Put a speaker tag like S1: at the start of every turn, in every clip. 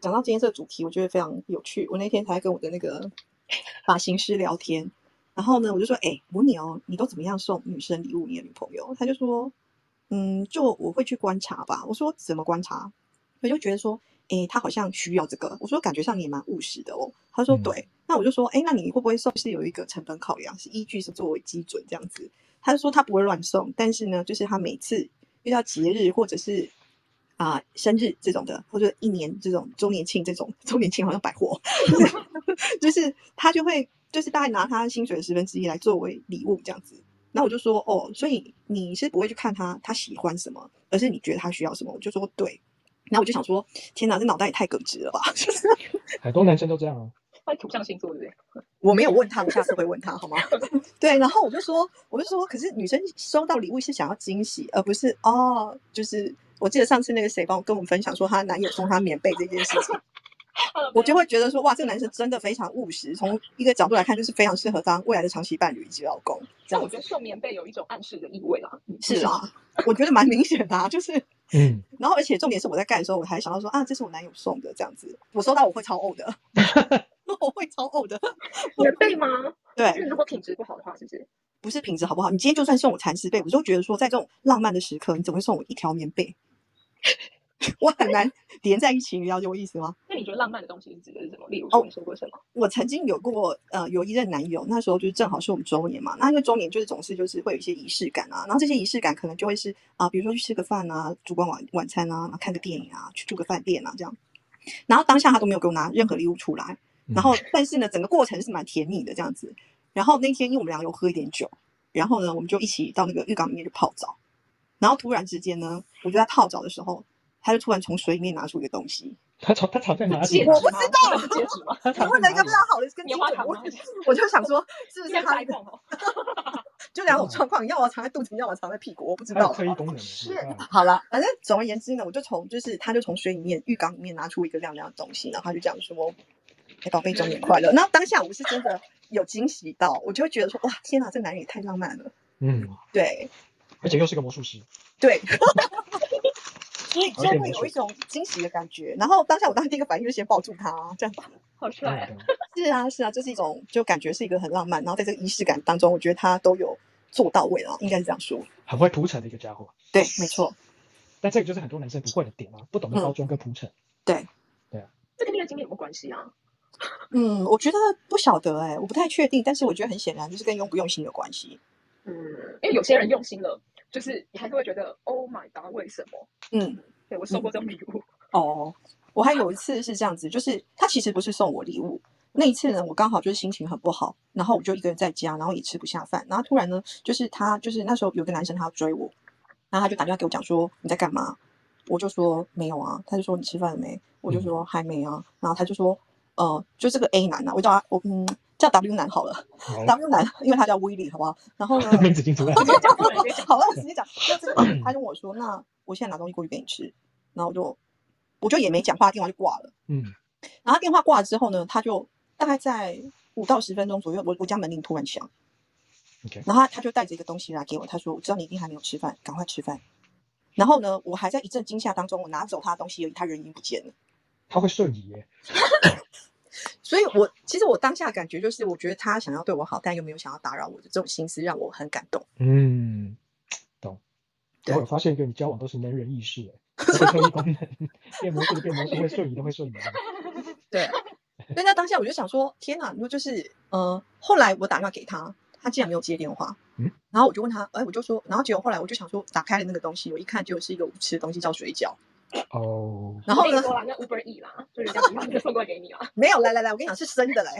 S1: 讲到今天这个主题，我觉得非常有趣。我那天才跟我的那个 发型师聊天，然后呢，我就说：“哎、我问你哦，你都怎么样送女生礼物？你的女朋友？”他就说：“嗯，就我会去观察吧。”我说：“怎么观察？”我就觉得说：“哎、她好像需要这个。”我说：“感觉上你也蛮务实的哦。”他说：“
S2: 嗯
S1: 对。那我就说：“哎、那你会不会送？是有一个成本考量，是依据什么作为基准这样子？”他就说他不会乱送，但是呢，就是他每次遇到节日或者是啊、生日这种的，或者一年这种周年庆这种周年庆好像百货， 就是他就会就是大概拿他薪水的十分之一来作为礼物这样子。那我就说哦，所以你是不会去看他他喜欢什么，而是你觉得他需要什么。我就说对，然后我就想说，天哪，这脑袋也太耿直了吧！ 就是
S2: 很多男生都这样啊。
S3: 那土象星座对不对？
S1: 我没有问他，我下次会问他 好吗？对，然后我就说，我就说，可是女生收到礼物是想要惊喜，而不是哦，就是我记得上次那个谁帮我跟我们分享说，她男友送她棉被这件事情，
S3: 呃
S1: 我就会觉得说，哇，这个男生真的非常务实，从一个角度来看，就是非常适合当未来的长期伴侣以及老公这
S3: 但我
S1: 样
S3: 觉
S1: 子
S3: 得。送棉被有一种暗示的意味啦。嗯
S1: 是，啊，我觉得蛮明显的、啊，就是，
S2: 嗯，
S1: 然后而且重点是我在盖的时候，我还想到说啊，这是我男友送的，这样子，我收到我会超呕的， 我会超呕的，
S3: 棉被吗？
S1: 对，
S3: 是如果品质不好的话，是不是？
S1: 不是品质好不好，你今天就算送我蚕丝被，我就觉得说，在这种浪漫的时刻，你怎么会送我一条棉被？ 我很难连在一起，你了解我意思吗？
S3: 那你觉得浪漫的东西是指的是什么？例如
S1: 哦
S3: 说你收过什么？
S1: 我曾经有过呃有一任男友，那时候就是正好是我们周年嘛，那因为周年就是总是就是会有一些仪式感啊，然后这些仪式感可能就会是啊、比如说去吃个饭啊，烛光晚晚餐啊，然后看个电影啊，去住个饭店啊这样，然后当下他都没有给我拿任何礼物出来，
S2: 嗯
S1: 然后但是呢，整个过程是蛮甜蜜的这样子。然后那天因为我们俩有喝一点酒，然后呢，我们就一起到那个浴缸里面去泡澡。然后突然之间呢，我就在泡澡的时候，他就突然从水里面拿出一个东西，
S2: 他藏他藏在哪里啊？
S3: 戒指
S1: 我不
S3: 吗
S1: 知
S3: 道，是戒 指吗？
S2: 他
S1: 我
S2: 藏
S1: 问
S2: 在
S1: 了一个不
S2: 哪里
S1: 知道？好的跟
S3: 棉
S1: 精
S3: 花
S1: 准
S3: 糖
S1: 我
S3: 吗？
S1: 我就想说，是不是
S3: 现
S1: 他
S3: 在
S1: 那个
S3: 逛哦，
S1: 就两种
S3: 嗯
S1: 状况，要么藏在肚子，要么藏在屁股，我不知
S2: 他有
S1: 道。
S2: 特异功能的。
S3: 是
S2: 我靠
S1: 好了，反正总而言之呢，我就从就是他就从水里面浴缸里面拿出一个亮亮的东西，然后他就这样说：“哎、宝贝，周年快乐。”那当下我是真的有惊喜到，我就会觉得说：“哇，天哪，这男人也太浪漫了。
S2: 嗯，”
S1: 对
S2: 而且又是个魔术师。
S1: 对， 所以就
S2: 有点
S1: 会
S2: 没
S1: 有
S2: 错
S1: 一种惊喜的感觉。然后当下我当时第一个反应就是先抱住他、这样。
S3: 好
S2: 当
S3: 帅
S2: 然
S3: 啊！
S2: 当然
S1: 是啊，是啊，这是一种就感觉是一个很浪漫，然后在这个仪式感当中，我觉得他都有做到位了，应该是这样说。
S2: 很会铺陈的一个家伙。
S1: 对，没错，
S2: 但这个就是很多男生不会的点啊，不懂
S1: 嗯
S2: 得包装跟铺陈。
S3: 这跟恋爱经历有没有关系啊？
S1: 嗯，我觉得不晓得哎、我不太确定，但是我觉得很显然就是跟用不用心有关系。
S3: 嗯，因为有些人用心了，就是你还是会觉得 Oh my God，为什么？
S1: 嗯，
S3: 对我收过这种礼物，
S1: 哦，我还有一次是这样子，就是他其实不是送我礼物，那一次呢，我刚好就是心情很不好，然后我就一个人在家，然后也吃不下饭，然后突然呢，就是他就是那时候有个男生他要追我，然后他就打电话给我讲说你在干嘛，我就说没有啊，他就说你吃饭了没，我就
S2: 嗯
S1: 说还没啊，然后他就说呃，就这个 A 男啊，我叫他我嗯叫 W 男好了
S2: 好，，
S1: ，W 男，因为他叫威力，好不好？然后呢
S2: 名字已经出
S1: 嗯
S2: 来 了。
S1: 好了，我直接讲。那这个人他就问我说：“那我现在拿东西过去给你吃。”然后我就我就也没讲话，电话就挂了。
S2: 嗯，
S1: 然后他电话挂了之后呢，他就大概在五到十分钟左右，我我家门铃突然响
S2: OK
S1: 然后他他就带着一个东西来给我，他说：“我知道你一定还没有吃饭，赶快吃饭。”然后呢，我还在一阵惊吓当中，我拿走他的东西而已，他人已经不见了。
S2: 他会瞬移耶。
S1: 所以我其实我当下感觉就是，我觉得他想要对我好，但又没有想要打扰我的这种心思，让我很感动。
S2: 嗯，懂。
S1: 对
S2: 然后我发现一个，你交往都是能人异士耶，都会特异功能，变魔术的变魔术，会瞬移的会瞬移。
S1: 对，所以在当下我就想说，天哪！如果就是，呃，后来我打电话给他，他竟然没有接电话，
S2: 嗯，
S1: 然后我就问他，哎，我就说，然后结果后来我就想说，打开了那个东西，我一看就是一个无吃的东西，叫水饺。
S2: 哦，
S1: 然后
S3: 我跟
S1: 呢
S3: 你，说啦，那 Uber E 啦，就人家一样就送过给你啊啦。
S1: 没有，来来来，我跟你讲是生的嘞，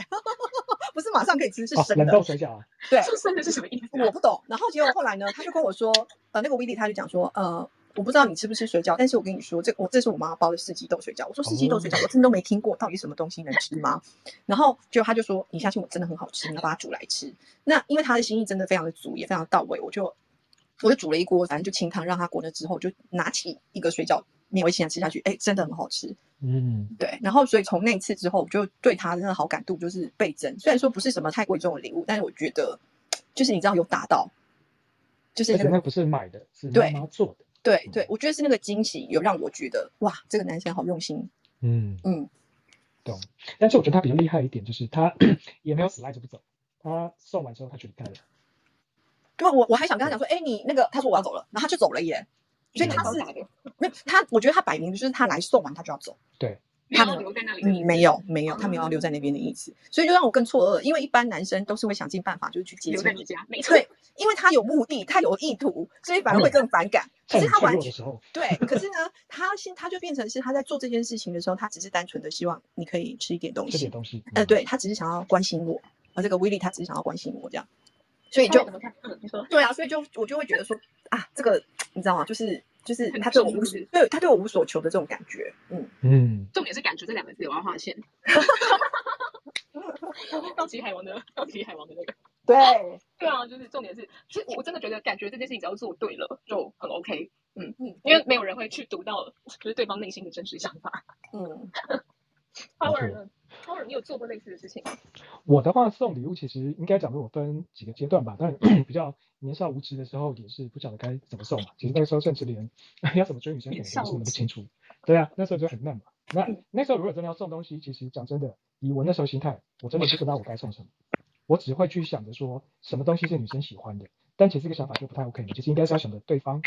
S1: 不是马上可以吃，是
S2: 哦，
S1: 生
S2: 冷
S1: 的。
S2: 冻水饺啊，
S1: 对，
S3: 这生日 是什么意思啊？
S1: 我不懂。然后结果后来呢，他就跟我说，呃，那个 Willy 他就讲说，呃，我不知道你吃不吃水饺，但是我跟你说，这我这是我妈包的四季豆水饺。我说四季豆水饺，我真的都没听过，到底什么东西能吃吗？然后结果他就说，你相信我，真的很好吃，你要把它煮来吃。那因为他的心意真的非常的足，也非常到位，我就我就煮了一锅，反正就清汤让它滚了之后，我就拿起一个水饺勉为其难吃下去，哎，真的很好吃。
S2: 嗯，
S1: 对，然后所以从那一次之后，我就对他真的好感度就是倍增。虽然说不是什么太贵重的礼物，但是我觉得就是你知道有打到，就是
S2: 而
S1: 那
S2: 且那
S1: 个
S2: 不是买的，是
S1: 对
S2: 妈妈做的。
S1: 对对，我觉得是那个惊喜有让我觉得哇，这个男生好用心，
S2: 嗯，
S1: 嗯，
S2: 懂。但是我觉得他比较厉害一点，就是他 也没有死赖着不走，他送完之后他觉得干了，
S1: 那么我我还想跟他讲说，哎、你那个，他说我要走了，然后他就走了耶。所以
S2: 嗯
S1: 他
S3: 超
S1: 是
S3: 傻的，
S1: 没有他，我觉得他摆明就是他来送完他就要走。
S3: 没有留在那里的意思，
S1: 嗯，没有没有，他没有要留在那边的意思，所以就让我更错愕，因为一般男生都是会想尽办法就是去接
S3: 留
S1: 近
S3: 在
S1: 你
S3: 你，家，没错，
S1: 对，因为他有目的，他有意图，所以反而会更反感。可是
S2: 在你
S1: 他
S2: 嗯脆
S1: 完
S2: 弱
S1: 全
S2: 的时候，
S1: 对，可是呢，他现他就变成是他在做这件事情的时候，他只是单纯的希望你可以吃一点东
S2: 这点
S1: 西，
S2: 东西，
S1: 呃，
S2: 嗯，
S1: 对他只是想要关心我，呃而这个威力他只是想要关心我这样，所以
S3: 他
S1: 就
S3: 怎么看？嗯，你说
S1: 对啊，所以就我就会觉得说啊，这个你知道吗？就是就是
S3: 很
S1: 他对我
S3: 重
S1: 无
S3: 视
S1: 对他对我无所求的这种感觉，嗯，
S2: 嗯，
S3: 重点是感觉这两个字，我要划线。 高级海王的高级海王的那个，
S1: 对，
S3: 对啊，就是重点是，其实我真的觉得感觉这件事情只要做对了就很 OK，嗯
S1: 嗯
S3: 嗯，因为没有人会去读到就是对方内心的真实想法。
S1: 嗯，
S3: 超人呢？超人，你有做过类似的事情吗？
S2: 我的话，送礼物其实应该讲，我分几个阶段吧。当然， 比较年少无知的时候，也是不晓得该怎么送嘛。其实那个时候甚至连 要怎么追女生，可能都是弄不清楚。对啊，那时候就很嫩嘛。那那时候如果真的要送东西，其实讲真的，以我那时候心态，我真的不知道我该送什么，我只会去想着说什么东西是女生喜欢的。但其实这个想法就不太 OK，其实应该是要想着对方，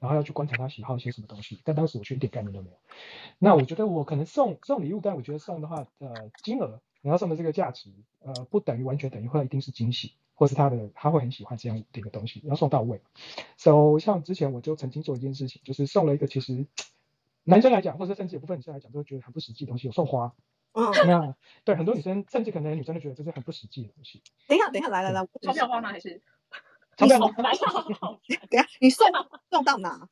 S2: 然后要去观察他喜好一些什么东西。但当时我却一点概念都没有。那我觉得我可能送送礼物，但我觉得送的话，呃，金额你要送的这个价值，呃，不等于完全等于会一定是惊喜，或是他的他会很喜欢这样的一个东西，要送到位。So 像之前我就曾经做一件事情，就是送了一个其实男生来讲，或者甚至有部分女生来讲，都会觉得很不实际的东西，有送花。
S1: 嗯，
S2: 那对很多女生，甚至可能女生都觉得这是很不实际的东西。
S1: 等一下，等一下，来来来，我
S3: 钞票花吗？还是
S2: 钞票
S3: 好烦啊好
S1: 等一下，你送送到哪？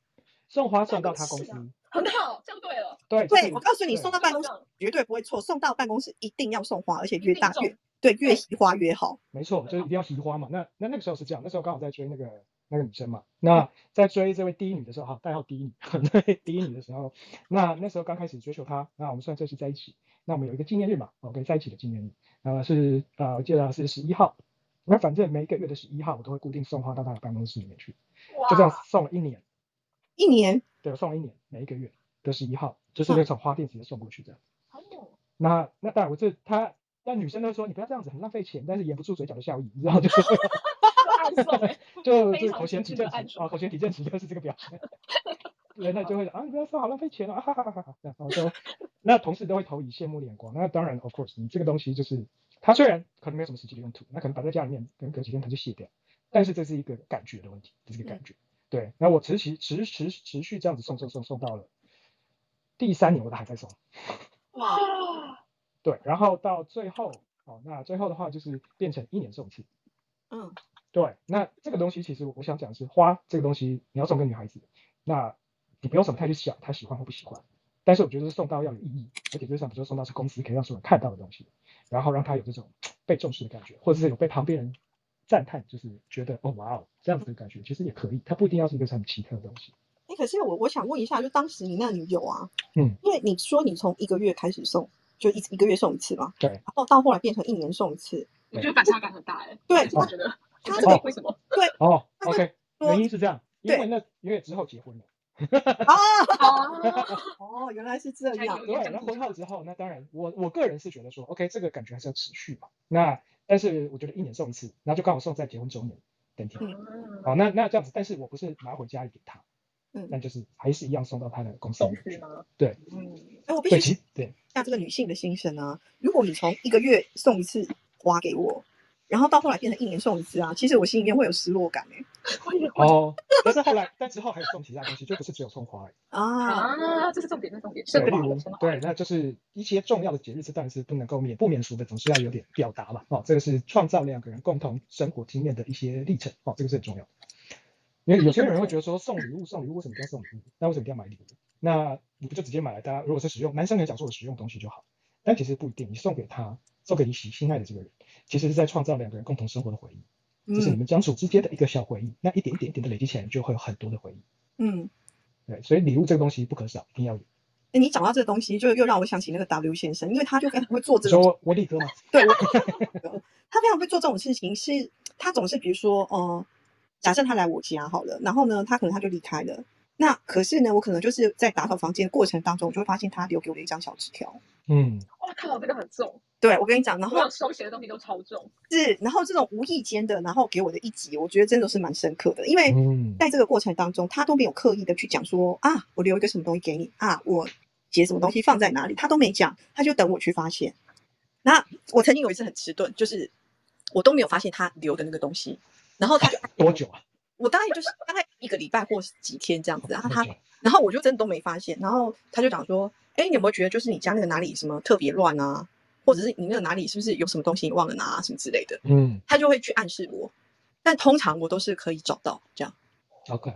S2: 送花送到他公司，
S3: 很好，这样对了，
S2: 对
S1: 对，我告诉你，
S2: 对
S1: 送到办公室
S3: 这样
S1: 绝对不会错，送到办公室一定要送花，而且越
S3: 一定
S1: 大
S3: 中
S1: 越对，越
S3: 对
S1: 喜花越好。
S2: 没错，就是一定要提花嘛。那那那个时候是这样，那时候刚好在追那个那个女生嘛。那在追这位第一女的时候，好，代号第一女， 对，第一女的时候，那那时候刚开始追求她，那我们算正式在一起。那我们有一个纪念日嘛，OK，在一起的纪念日，呃是呃我记得是十一号。那反正每一个月的十一号，我都会固定送花到她的办公室里面去，就这样
S3: 哇，
S2: 送了一年，
S1: 一年，
S2: 对，送了一年，每一个月的十一号，就是那种花店直接送过去这样。
S3: 好猛，
S2: 那那当然，我这她那女生都说你不要这样子，很浪费钱，但是掩不住嘴角的笑意，你知道 就是。
S3: 暗送 欸
S2: 就
S3: 非
S2: 就是
S3: 常
S2: 口嫌
S3: 直
S2: 体
S3: 接
S2: 正
S3: 的暗
S2: 直
S3: 爽
S2: 啊，口嫌体正直就是这个表现。 人呢就会啊，你不要说好浪费钱了，啊哈哈哈哈哈。然后就那同事都会投以羡慕的眼光。那当然，of course，你这个东西就是它虽然可能没有什么实际的用途，那可能摆在家里面，可能隔几天它就卸掉，但是这是一个感觉的问题，这是一个
S3: 嗯
S2: 感觉。对，那我持续持持持续这样子送送送送到了第三年，我都还在送。
S1: 哇，
S2: 对，然后到最后，哦，那最后的话就是变成一年送一次。
S1: 嗯，
S2: 对，那这个东西其实我想讲的是花这个东西，你要送给女孩子，那你不用什么太去想她喜欢或不喜欢，但是我觉得是送到要有意义，而且就是想比如说送到是公司可以让所有人看到的东西，然后让她有这种被重视的感觉，或者是有被旁边人赞叹，就是觉得哦哇哦这样子的感觉，其实也可以，它不一定要是一个很奇特的东西。
S1: 哎，可是我我想问一下，就当时你那女友啊，
S2: 嗯，
S1: 因为你说你从一个月开始送，就一一个月送一次嘛，
S2: 对
S1: 然后到后来变成一年送一次，
S3: 我觉得反差感很大哎，
S1: 对
S3: 我觉得
S1: 他
S3: 这个为什么？
S2: 哦
S1: 那
S2: ，OK，
S1: 说
S2: 原因是这样，因
S1: 对
S2: 为那因为之后结婚了。
S1: 啊，
S3: 啊，
S1: 哦，原来是这
S3: 还
S1: 样
S3: 有，
S2: 对，那婚后之后，那当然我我个人是觉得说，OK，这个感觉还是要持续嘛。那但是我觉得一年送一次，然后就刚好送在结婚周年当天。
S3: 嗯
S2: 好，那那这样子，但是我不是拿回家里给他，
S1: 嗯
S2: 但就是还是一样送到他的公司里
S3: 公
S2: 面
S3: 司
S2: 去。
S3: 吗？
S2: 对，
S3: 嗯，
S1: 哎，我必
S2: 对，
S1: 须
S2: 其对，
S1: 下这个女性的心声啊。如果你从一个月送一次花给我，然后到后来变成一年送一次啊，其实我心里面会有失落感哎、
S2: 哦，但是后来，但之后还有送其他东西，就不是只有送花而已。
S1: 啊，
S3: 啊，这是重点，这是重点，
S2: 对，
S3: 生
S2: 例
S3: 活
S2: 如
S3: 生活
S2: 对，那就是一些重要的节日，这当然是不能够免不免俗的，总是要有点表达嘛。哦，这个是创造两个人共同生活经验的一些历程，哦，这个是很重要的。因为有些人会觉得说送礼物送礼物为什么一定要送礼物？那为什么一定要买礼物？那你不就直接买来？大家如果是实用，男生很想说我实用的东西就好，但其实不一定。你送给他，送给你喜心爱的这个人，其实是在创造两个人共同生活的回忆，这是你
S1: 嗯
S2: 们相处之间的一个小回忆。那一点一点一点的累积起来，你就会有很多的回忆。
S1: 嗯。
S2: 对，所以礼物这个东西不可少，一定要有。
S1: 哎，你讲到这个东西，就又让我想起那个 W 先生，因为他就非常会做
S2: 你
S1: 这种，
S2: 说我理哥吗？
S1: 对我他非常会做这种事情，是呃他总是比如说，哦、假设他来我家好了，然后呢，他可能他就离开了，那可是呢，我可能就是在打扫房间的过程当中，我就会发现他留给我的一张小纸条。
S2: 嗯，
S3: 哇靠，这个很重，
S1: 对我跟你讲，然
S3: 我
S1: 后
S3: 有手写的东西都超重，
S1: 是然后这种无意间的，然后给我的一集，我觉得真的是蛮深刻的，因为
S2: 嗯，
S1: 在这个过程当中，他都没有刻意的去讲说啊，我留一个什么东西给你啊，我写什么东西放在哪里，他都没讲，他就等我去发现。那我曾经有一次很迟钝，就是我都没有发现他留的那个东西，然后他就
S2: 多久啊？
S1: 我大概就是大概一个礼拜或是几天这样子，然后
S2: 多
S1: 啊他
S2: 久啊
S1: 然后我就真的都没发现，然后他就讲说，哎，你有没有觉得就是你家那个哪里什么特别乱啊，或者是你那个哪里是不是有什么东西你忘了拿、啊、什么之类的，
S2: 嗯
S1: 他就会去暗示我，但通常我都是可以找到这样。
S2: ，OK，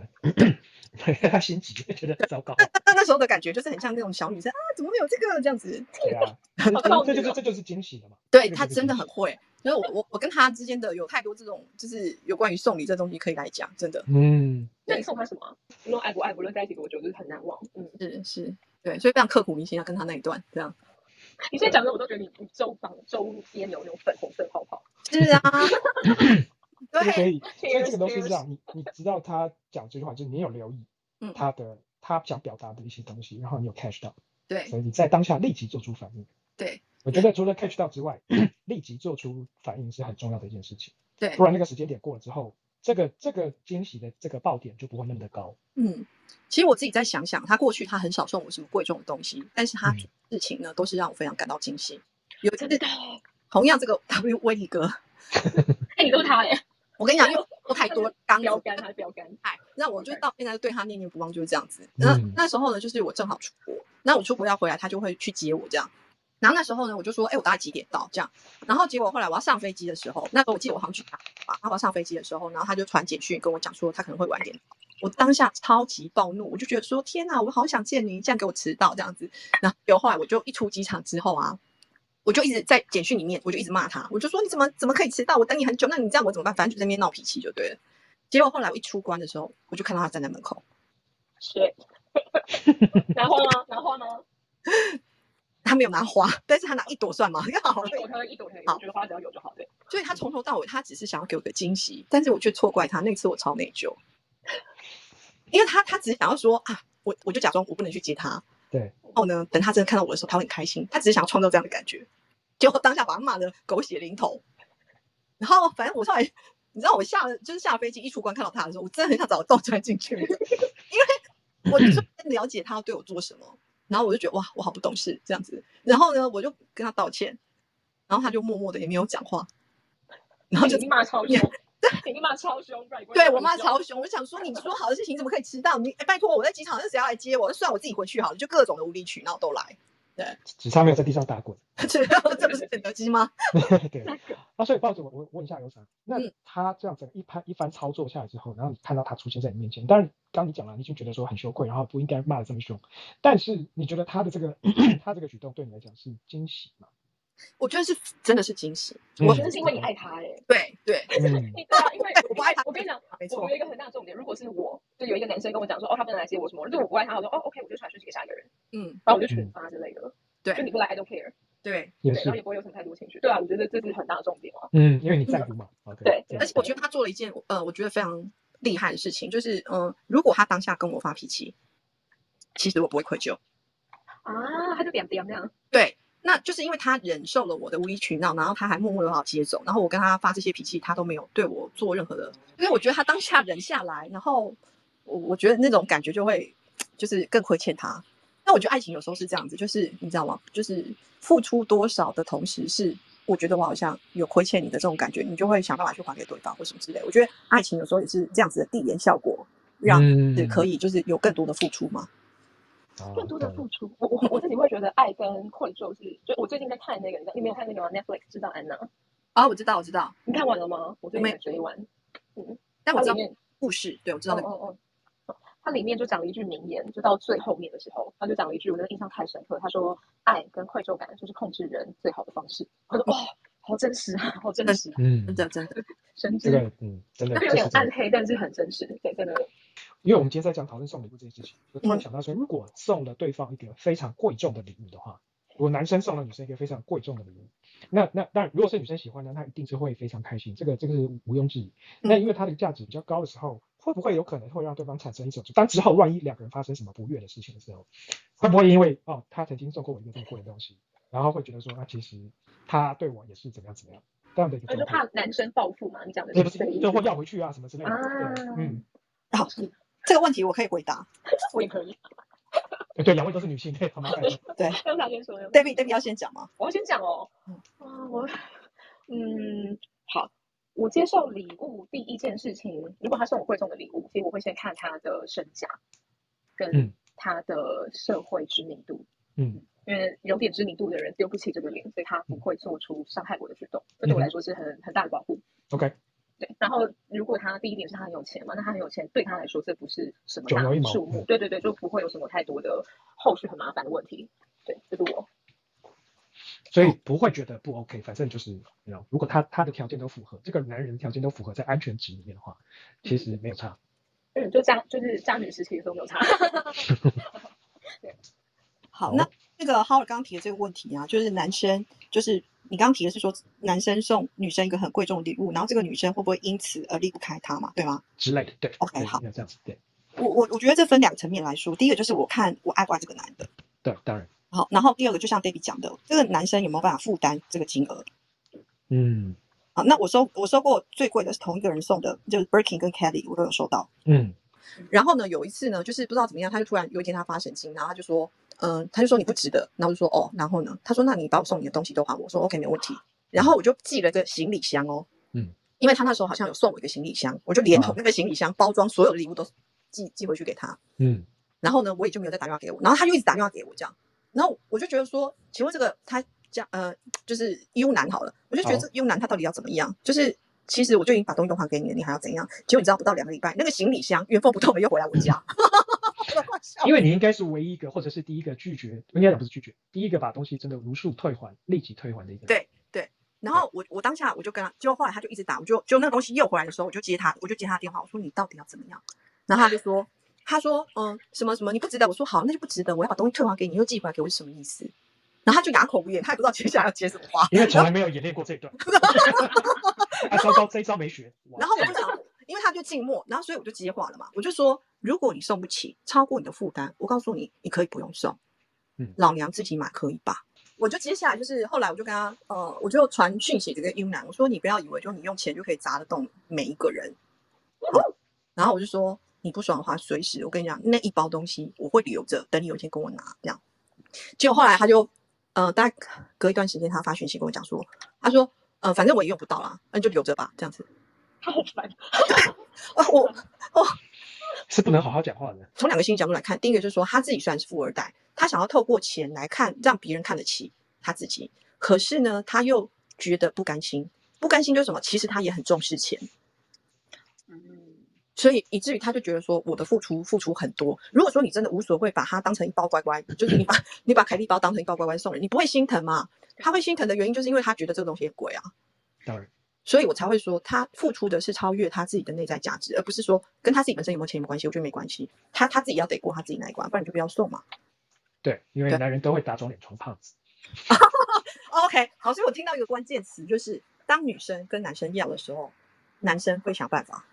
S2: 他心急，觉得 很糟糕，
S1: 那那时候的感觉就是很像那种小女生啊，怎么会有这个这样子？
S2: 对啊，
S1: 很
S3: 好
S1: 很
S3: 像
S2: 这就是这就是惊喜了嘛，
S1: 对
S2: 这
S1: 她
S2: 就是
S1: 真的
S2: 惊
S1: 很会。所以我我我跟她之间的有太多这种就是有关于送礼这东西可以来讲，真的
S2: 喜嗯，
S3: 那你送他什么啊？无论爱不爱，无论在一起多久，就是很难忘。嗯，
S1: 是是，对，所以非常刻骨铭心要跟她那一段这样。
S3: 你现在讲的我都觉得你你周防周边有那种粉红色泡泡，
S1: 是 啊，
S2: 所
S1: 对，
S2: 以所以这个东西是这
S3: Cheers，cheers
S2: 样，你你知道他讲这句话，就是你有留意
S1: 嗯
S2: 他的他想表达的一些东西，然后你有 catch 到，
S1: 对
S2: 所以你在当下立即做出反应。
S1: 对
S2: 我觉得除了 catch 到之外，立即做出反应是很重要的一件事情，
S1: 对
S2: 不，然那个时间点过了之后，这个这个惊喜的这个爆点就不会那么的高。
S1: 嗯，其实我自己再想想，她过去她很少送我什么贵重的东西，但是她
S2: 嗯
S1: 事情呢都是让我非常感到惊喜。有一次
S3: 真的。
S1: 同样这个 W 威利哥，
S3: 哎，你都是他哎，
S1: 我跟你讲，因为我太多刚
S3: 标杆他标杆，
S1: 哎，那我就
S3: OK
S1: 到现在对他念念不忘就是这样子。那、
S2: 嗯
S1: 那时候呢，就是我正好出国，那我出国要回来，他就会去接我这样。然后那时候呢，我就说，哎、我大概几点到这样？然后结果后来我要上飞机的时候，那时候我记得我好像去打吧，然后我要上飞机的时候，然后他就传简讯跟我讲说他可能会晚点到。我当下超级暴怒，我就觉得说天呐，我好想见你，这样给我迟到这样子。然后结果后来我就一出机场之后啊，我就一直在简讯里面，我就一直骂他，我就说你怎么怎么可以迟到？我等你很久，那你这样我怎么办？反正就在那边闹脾气就对了。结果后来我一出关的时候，我就看到他站在门口，
S3: 是。 然后呢？然后呢？
S1: 他没有拿花，但是他拿一朵算吗？ 好
S3: 一朵推一朵推，
S1: 好
S3: 我觉得花只要有就好。对，
S1: 所以他从头到尾，他只是想要给我个惊喜，但是我却错怪他。那次我超内疚，因为他他只是想要说啊，我我就假装我不能去接他，
S2: 对，
S1: 然后呢，等他真的看到我的时候，他会很开心，他只是想要创造这样的感觉。结果当下把他骂的狗血淋头，然后反正我后来，你知道我下了就是下飞机一出关看到他的时候，我真的很想找倒穿进去，因为我就是不了解他要对我做什么，然后我就觉得哇，我好不懂事这样子。然后呢，我就跟他道歉，然后他就默默的也没有讲话，然后就
S3: 你骂超 凶，你骂超凶，不然你不会
S1: 对
S3: 骂
S1: 我妈
S3: 很凶
S1: 超凶，我想说你说好的事情怎么可以迟到？你、哎拜托我在机场，那谁要来接我？那算我自己回去好了，就各种的无理取闹都来。
S2: 纸上没有在地上打滚。
S1: 这这不是肯德基吗？
S2: 对，啊，所以抱着我，我问一下有啥？那
S1: 嗯
S2: 他这样子一番一番操作下来之后，然后你看到他出现在你面前，当然刚你讲了，你就觉得说很羞愧，然后不应该骂的这么凶，但是你觉得他的这个他这个举动对你来讲是惊喜嘛？
S1: 我觉得是真的是惊喜。
S2: 嗯
S1: 我
S3: 真的是因为你爱他哎。
S1: 对对，
S2: 嗯，
S3: 你对啊，因为
S1: 我不爱他
S3: 我跟你讲，
S1: 没
S3: 我
S1: 错
S3: 有，一个很大的重点，如果是我，就有一个男生跟我讲说，哦，他不能来接我什么，就我不爱他，我说，哦，OK，我就传讯息给下一个人，
S1: 嗯，
S3: 然后我就群发之类的，就
S1: 对
S3: 你不来 I don't care，
S1: 对，
S2: 也
S3: 对，然后
S2: 是，
S3: 也不会有什么太多情绪，对啊，我觉得这是很大的重点啊，
S2: 嗯，因为你在乎嘛。OK，
S3: 对
S2: 这样
S1: 而且我觉得他做了一件呃，我觉得非常厉害的事情，就是嗯、呃如果他当下跟我发脾气，其实我不会愧疚。
S3: 啊，他就点点这样，
S1: 对，那就是因为他忍受了我的无理取闹，然后他还默默的把我接走，然后我跟他发这些脾气，他都没有对我做任何的，因为我觉得他当下忍下来，然后我我觉得那种感觉就会就是更亏欠他。那我觉得爱情有时候是这样子，就是你知道吗？就是付出多少的同时是。我觉得我好像有亏欠你的这种感觉，你就会想办法去还给对方或什么之类。我觉得爱情有时候也是这样子的递延效果，让
S2: 嗯
S1: 是可以就是有更多的付出嘛。
S2: 啊
S3: 更多的
S2: 懂
S3: 付出， 我我我自己会觉得爱跟愧疚是，就我最近在看那个，你知道你没有看那个吗？Netflix 知道安娜，
S1: 啊、我知道，我知道，
S3: 你看完了吗？我最
S1: 没
S3: 近才追完，
S1: 但我
S3: 它
S1: 知
S3: 里
S1: 道
S3: 面
S1: 故事，对我知道
S3: 哦
S1: 那个，
S3: 哦哦，它里面就讲了一句名言，就到最后面的时候，他就讲了一句，我真的印象太深刻。他说：“爱跟愧疚感就是控制人最好的方式。”我说：“哇、好真实啊，好真实啊，
S1: 真
S2: 嗯，
S1: 的真的。
S3: 神
S2: 这
S3: 之。”
S2: 个嗯，真的
S3: 它
S2: 这
S3: 有点
S2: 是真
S3: 暗
S2: 的。
S3: 黑，但是很真实，对，真的。
S2: 因为我们今天在讲讨论送礼物这件事情，我突然
S1: 嗯
S2: 想到说，如果送了对方一个非常贵重的礼物的话，如果男生送了女生一个非常贵重的礼物，那那当然，如果是女生喜欢呢，那一定是会非常开心，这个这个是毋庸置疑。那因为它的价值比较高的时候，会不会有可能会让对方产生一种，就当之后万一两个人发生什么不悦的事情的时候，会不会因为哦他曾经送过我一个这么贵的东西，然后会觉得说啊其实他对我也是怎么样怎么样这样的一个
S3: 那
S2: 状
S3: 就
S2: 态
S3: 怕，男生报复嘛？你讲的
S2: 对
S3: 是
S2: 不
S3: 这个
S2: 是
S3: 意
S2: 就会
S3: 思。
S2: 要回去啊什么之类的，对，
S3: 啊
S2: 嗯，
S1: 好，这个问题我可以回答。
S3: 我也可 以。
S2: 呃对，两位都是女性，对，好麻烦了，
S3: 刚才先说的，
S1: David，David 要先讲吗？
S3: 我要先讲哦
S1: 嗯。
S3: 啊，我，嗯，好，我接受礼物第一件事情，如果他送我贵重的礼物，其实我会先看他的身价，
S2: 嗯
S3: 跟他的社会知名度，
S2: 嗯
S3: 因为有点知名度的人丢不起这个脸，所以他不会做出伤害我的举动，
S2: 嗯
S3: 这对我来说是很很大的保护。
S2: ，OK，
S3: 对，然后如果他第一点是他很有钱嘛，那他很有钱对他来说这不是什么
S2: 九
S3: 大
S2: 牛一毛
S3: 数目
S2: 嗯，
S3: 对对对，就不会有什么太多的后续很麻烦的问题。对，这是我
S2: 所以不会觉得不 OK，反正就是，你知道如果他他的条件都符合，这个男人的条件都符合在安全值里面的话，其实没有差。
S3: 嗯，就家就是家女时期的时候没有差。
S1: 好
S2: 好，
S1: 那那个 Howard 刚刚提的这个问题啊，就是男生，就是你刚刚提的是说男生送女生一个很贵重的礼物，然后这个女生会不会因此而离不开他嘛，对吗？
S2: 之类的，对
S1: OK，
S2: 对
S1: 好
S2: 应该这样子，对
S1: 我我我觉得这分两层面来说，第一个就是我看我爱不爱这个男的，
S2: 对，当然，
S1: 好，然后第二个就像 David 讲的，这个男生有没有办法负担这个金额？
S2: 嗯
S1: 啊，那我收我收过最贵的是同一个人送的，就是 Birkin 跟 Kelly，我都有收到。
S2: 嗯
S1: 然后呢，有一次呢，就是不知道怎么样，他就突然有一天他发神经，然后他就说，嗯、他就说你不值得，然后我就说哦，然后呢，他说那你把我送你的东西都还我，我说 OK 没问题。然后我就寄了个行李箱哦，
S2: 嗯，啊
S1: 因为他那时候好像有送我一个行李箱，我就连同那个行李箱包装所有的礼物都寄寄回去给他。
S2: 嗯
S1: 然后呢，我也就没有再打电话给我，然后他就一直打电话给我这样，然后我就觉得说，请问这个他家呃，就是优男好了，我就觉得
S2: 好
S1: 这优男他到底要怎么样？就是其实我就已经把东西都还给你了，你还要怎样？结果你知道不到两个礼拜，那个行李箱原封不动的又回来我家，
S2: 因为你应该是唯一一个，或者是第一个拒绝，应该讲不是拒绝，第一个把东西真的如数退还、立即退还的一个人。
S1: 对对。然后我我当下我就跟他，结果后来他就一直打，我就就那个东西又回来的时候，我就接他，我就接他电话，我说你到底要怎么样？然后他就说，他说嗯什么什么你不值得，我说好那就不值得，我要把东西退还给你，又寄回来给我是什么意思？然后他就哑口无言，他也不知道接下来要接什么话。
S2: 因为从来没有演练过这 一段。啊，糟糕，这一招没学。哇
S1: 然后我就想，因为他就静默，然后所以我就接话了嘛，我就说，如果你送不起，超过你的负担，我告诉你，你可以不用送，
S2: 嗯
S1: 老娘自己买可以吧？我就接下来就是后来我就跟他，呃，我就传讯息给这个英男，我说你不要以为就你用钱就可以砸得动每一个人，然后我就说你不爽的话，随时我跟你讲，那一包东西我会留着，等你有一天跟我拿这样。结果后来他就，呃，大概隔一段时间他发讯息跟我讲说，他说，呃，反正我也用不到啦，那你就留着吧，这样子。
S3: 他好烦，
S1: 啊，我
S2: 是不能好好讲话的。
S1: 从两个心理角度来看，第一个就是说他自己虽然是富二代，他想要透过钱来看让别人看得起他自己，可是呢，他又觉得不甘心，不甘心就是什么？其实他也很重视钱，
S3: 嗯，
S1: 所以以至于他就觉得说我的付出付出很多。如果说你真的无所谓，把它当成一包乖乖，就是你把 你把凯蒂包当成一包乖乖送人，你不会心疼吗？他会心疼的原因就是因为他觉得这个东西很贵啊。
S2: 当然，
S1: 所以我才会说，他付出的是超越他自己的内在价值，而不是说跟他自己本身有没有钱有没有关系。我觉得没关系，他他自己要得过他自己那一关，不然你就不要送嘛。
S2: 对，因为
S1: 对
S2: 男人都会打肿脸充胖子。
S1: OK，好，所以我听到一个关键词，就是当女生跟男生要的时候，男生会想办法。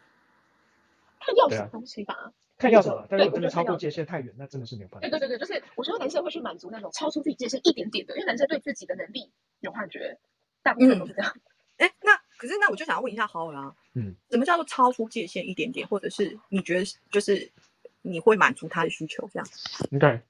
S3: 他要
S2: 对
S3: 什
S2: 啊
S3: 么东西吧？
S2: 看要什么，但如
S3: 对
S2: 果真的
S3: 我觉得
S2: 超
S3: 看
S2: 过
S3: 要
S2: 界限太远，那真的是没有办
S3: 对
S2: 法。
S3: 对对对，就是我觉得男生会去满足那种超出自己界限一点点的，因为男生对自己的能力有幻觉，大部分都是这样。
S1: 哎，那可是那我就想要问一下豪尔啊，
S2: 嗯，
S1: 什么叫做超出界限一点点，或者是你觉得是就是你会满足他的需求这样？
S2: OK，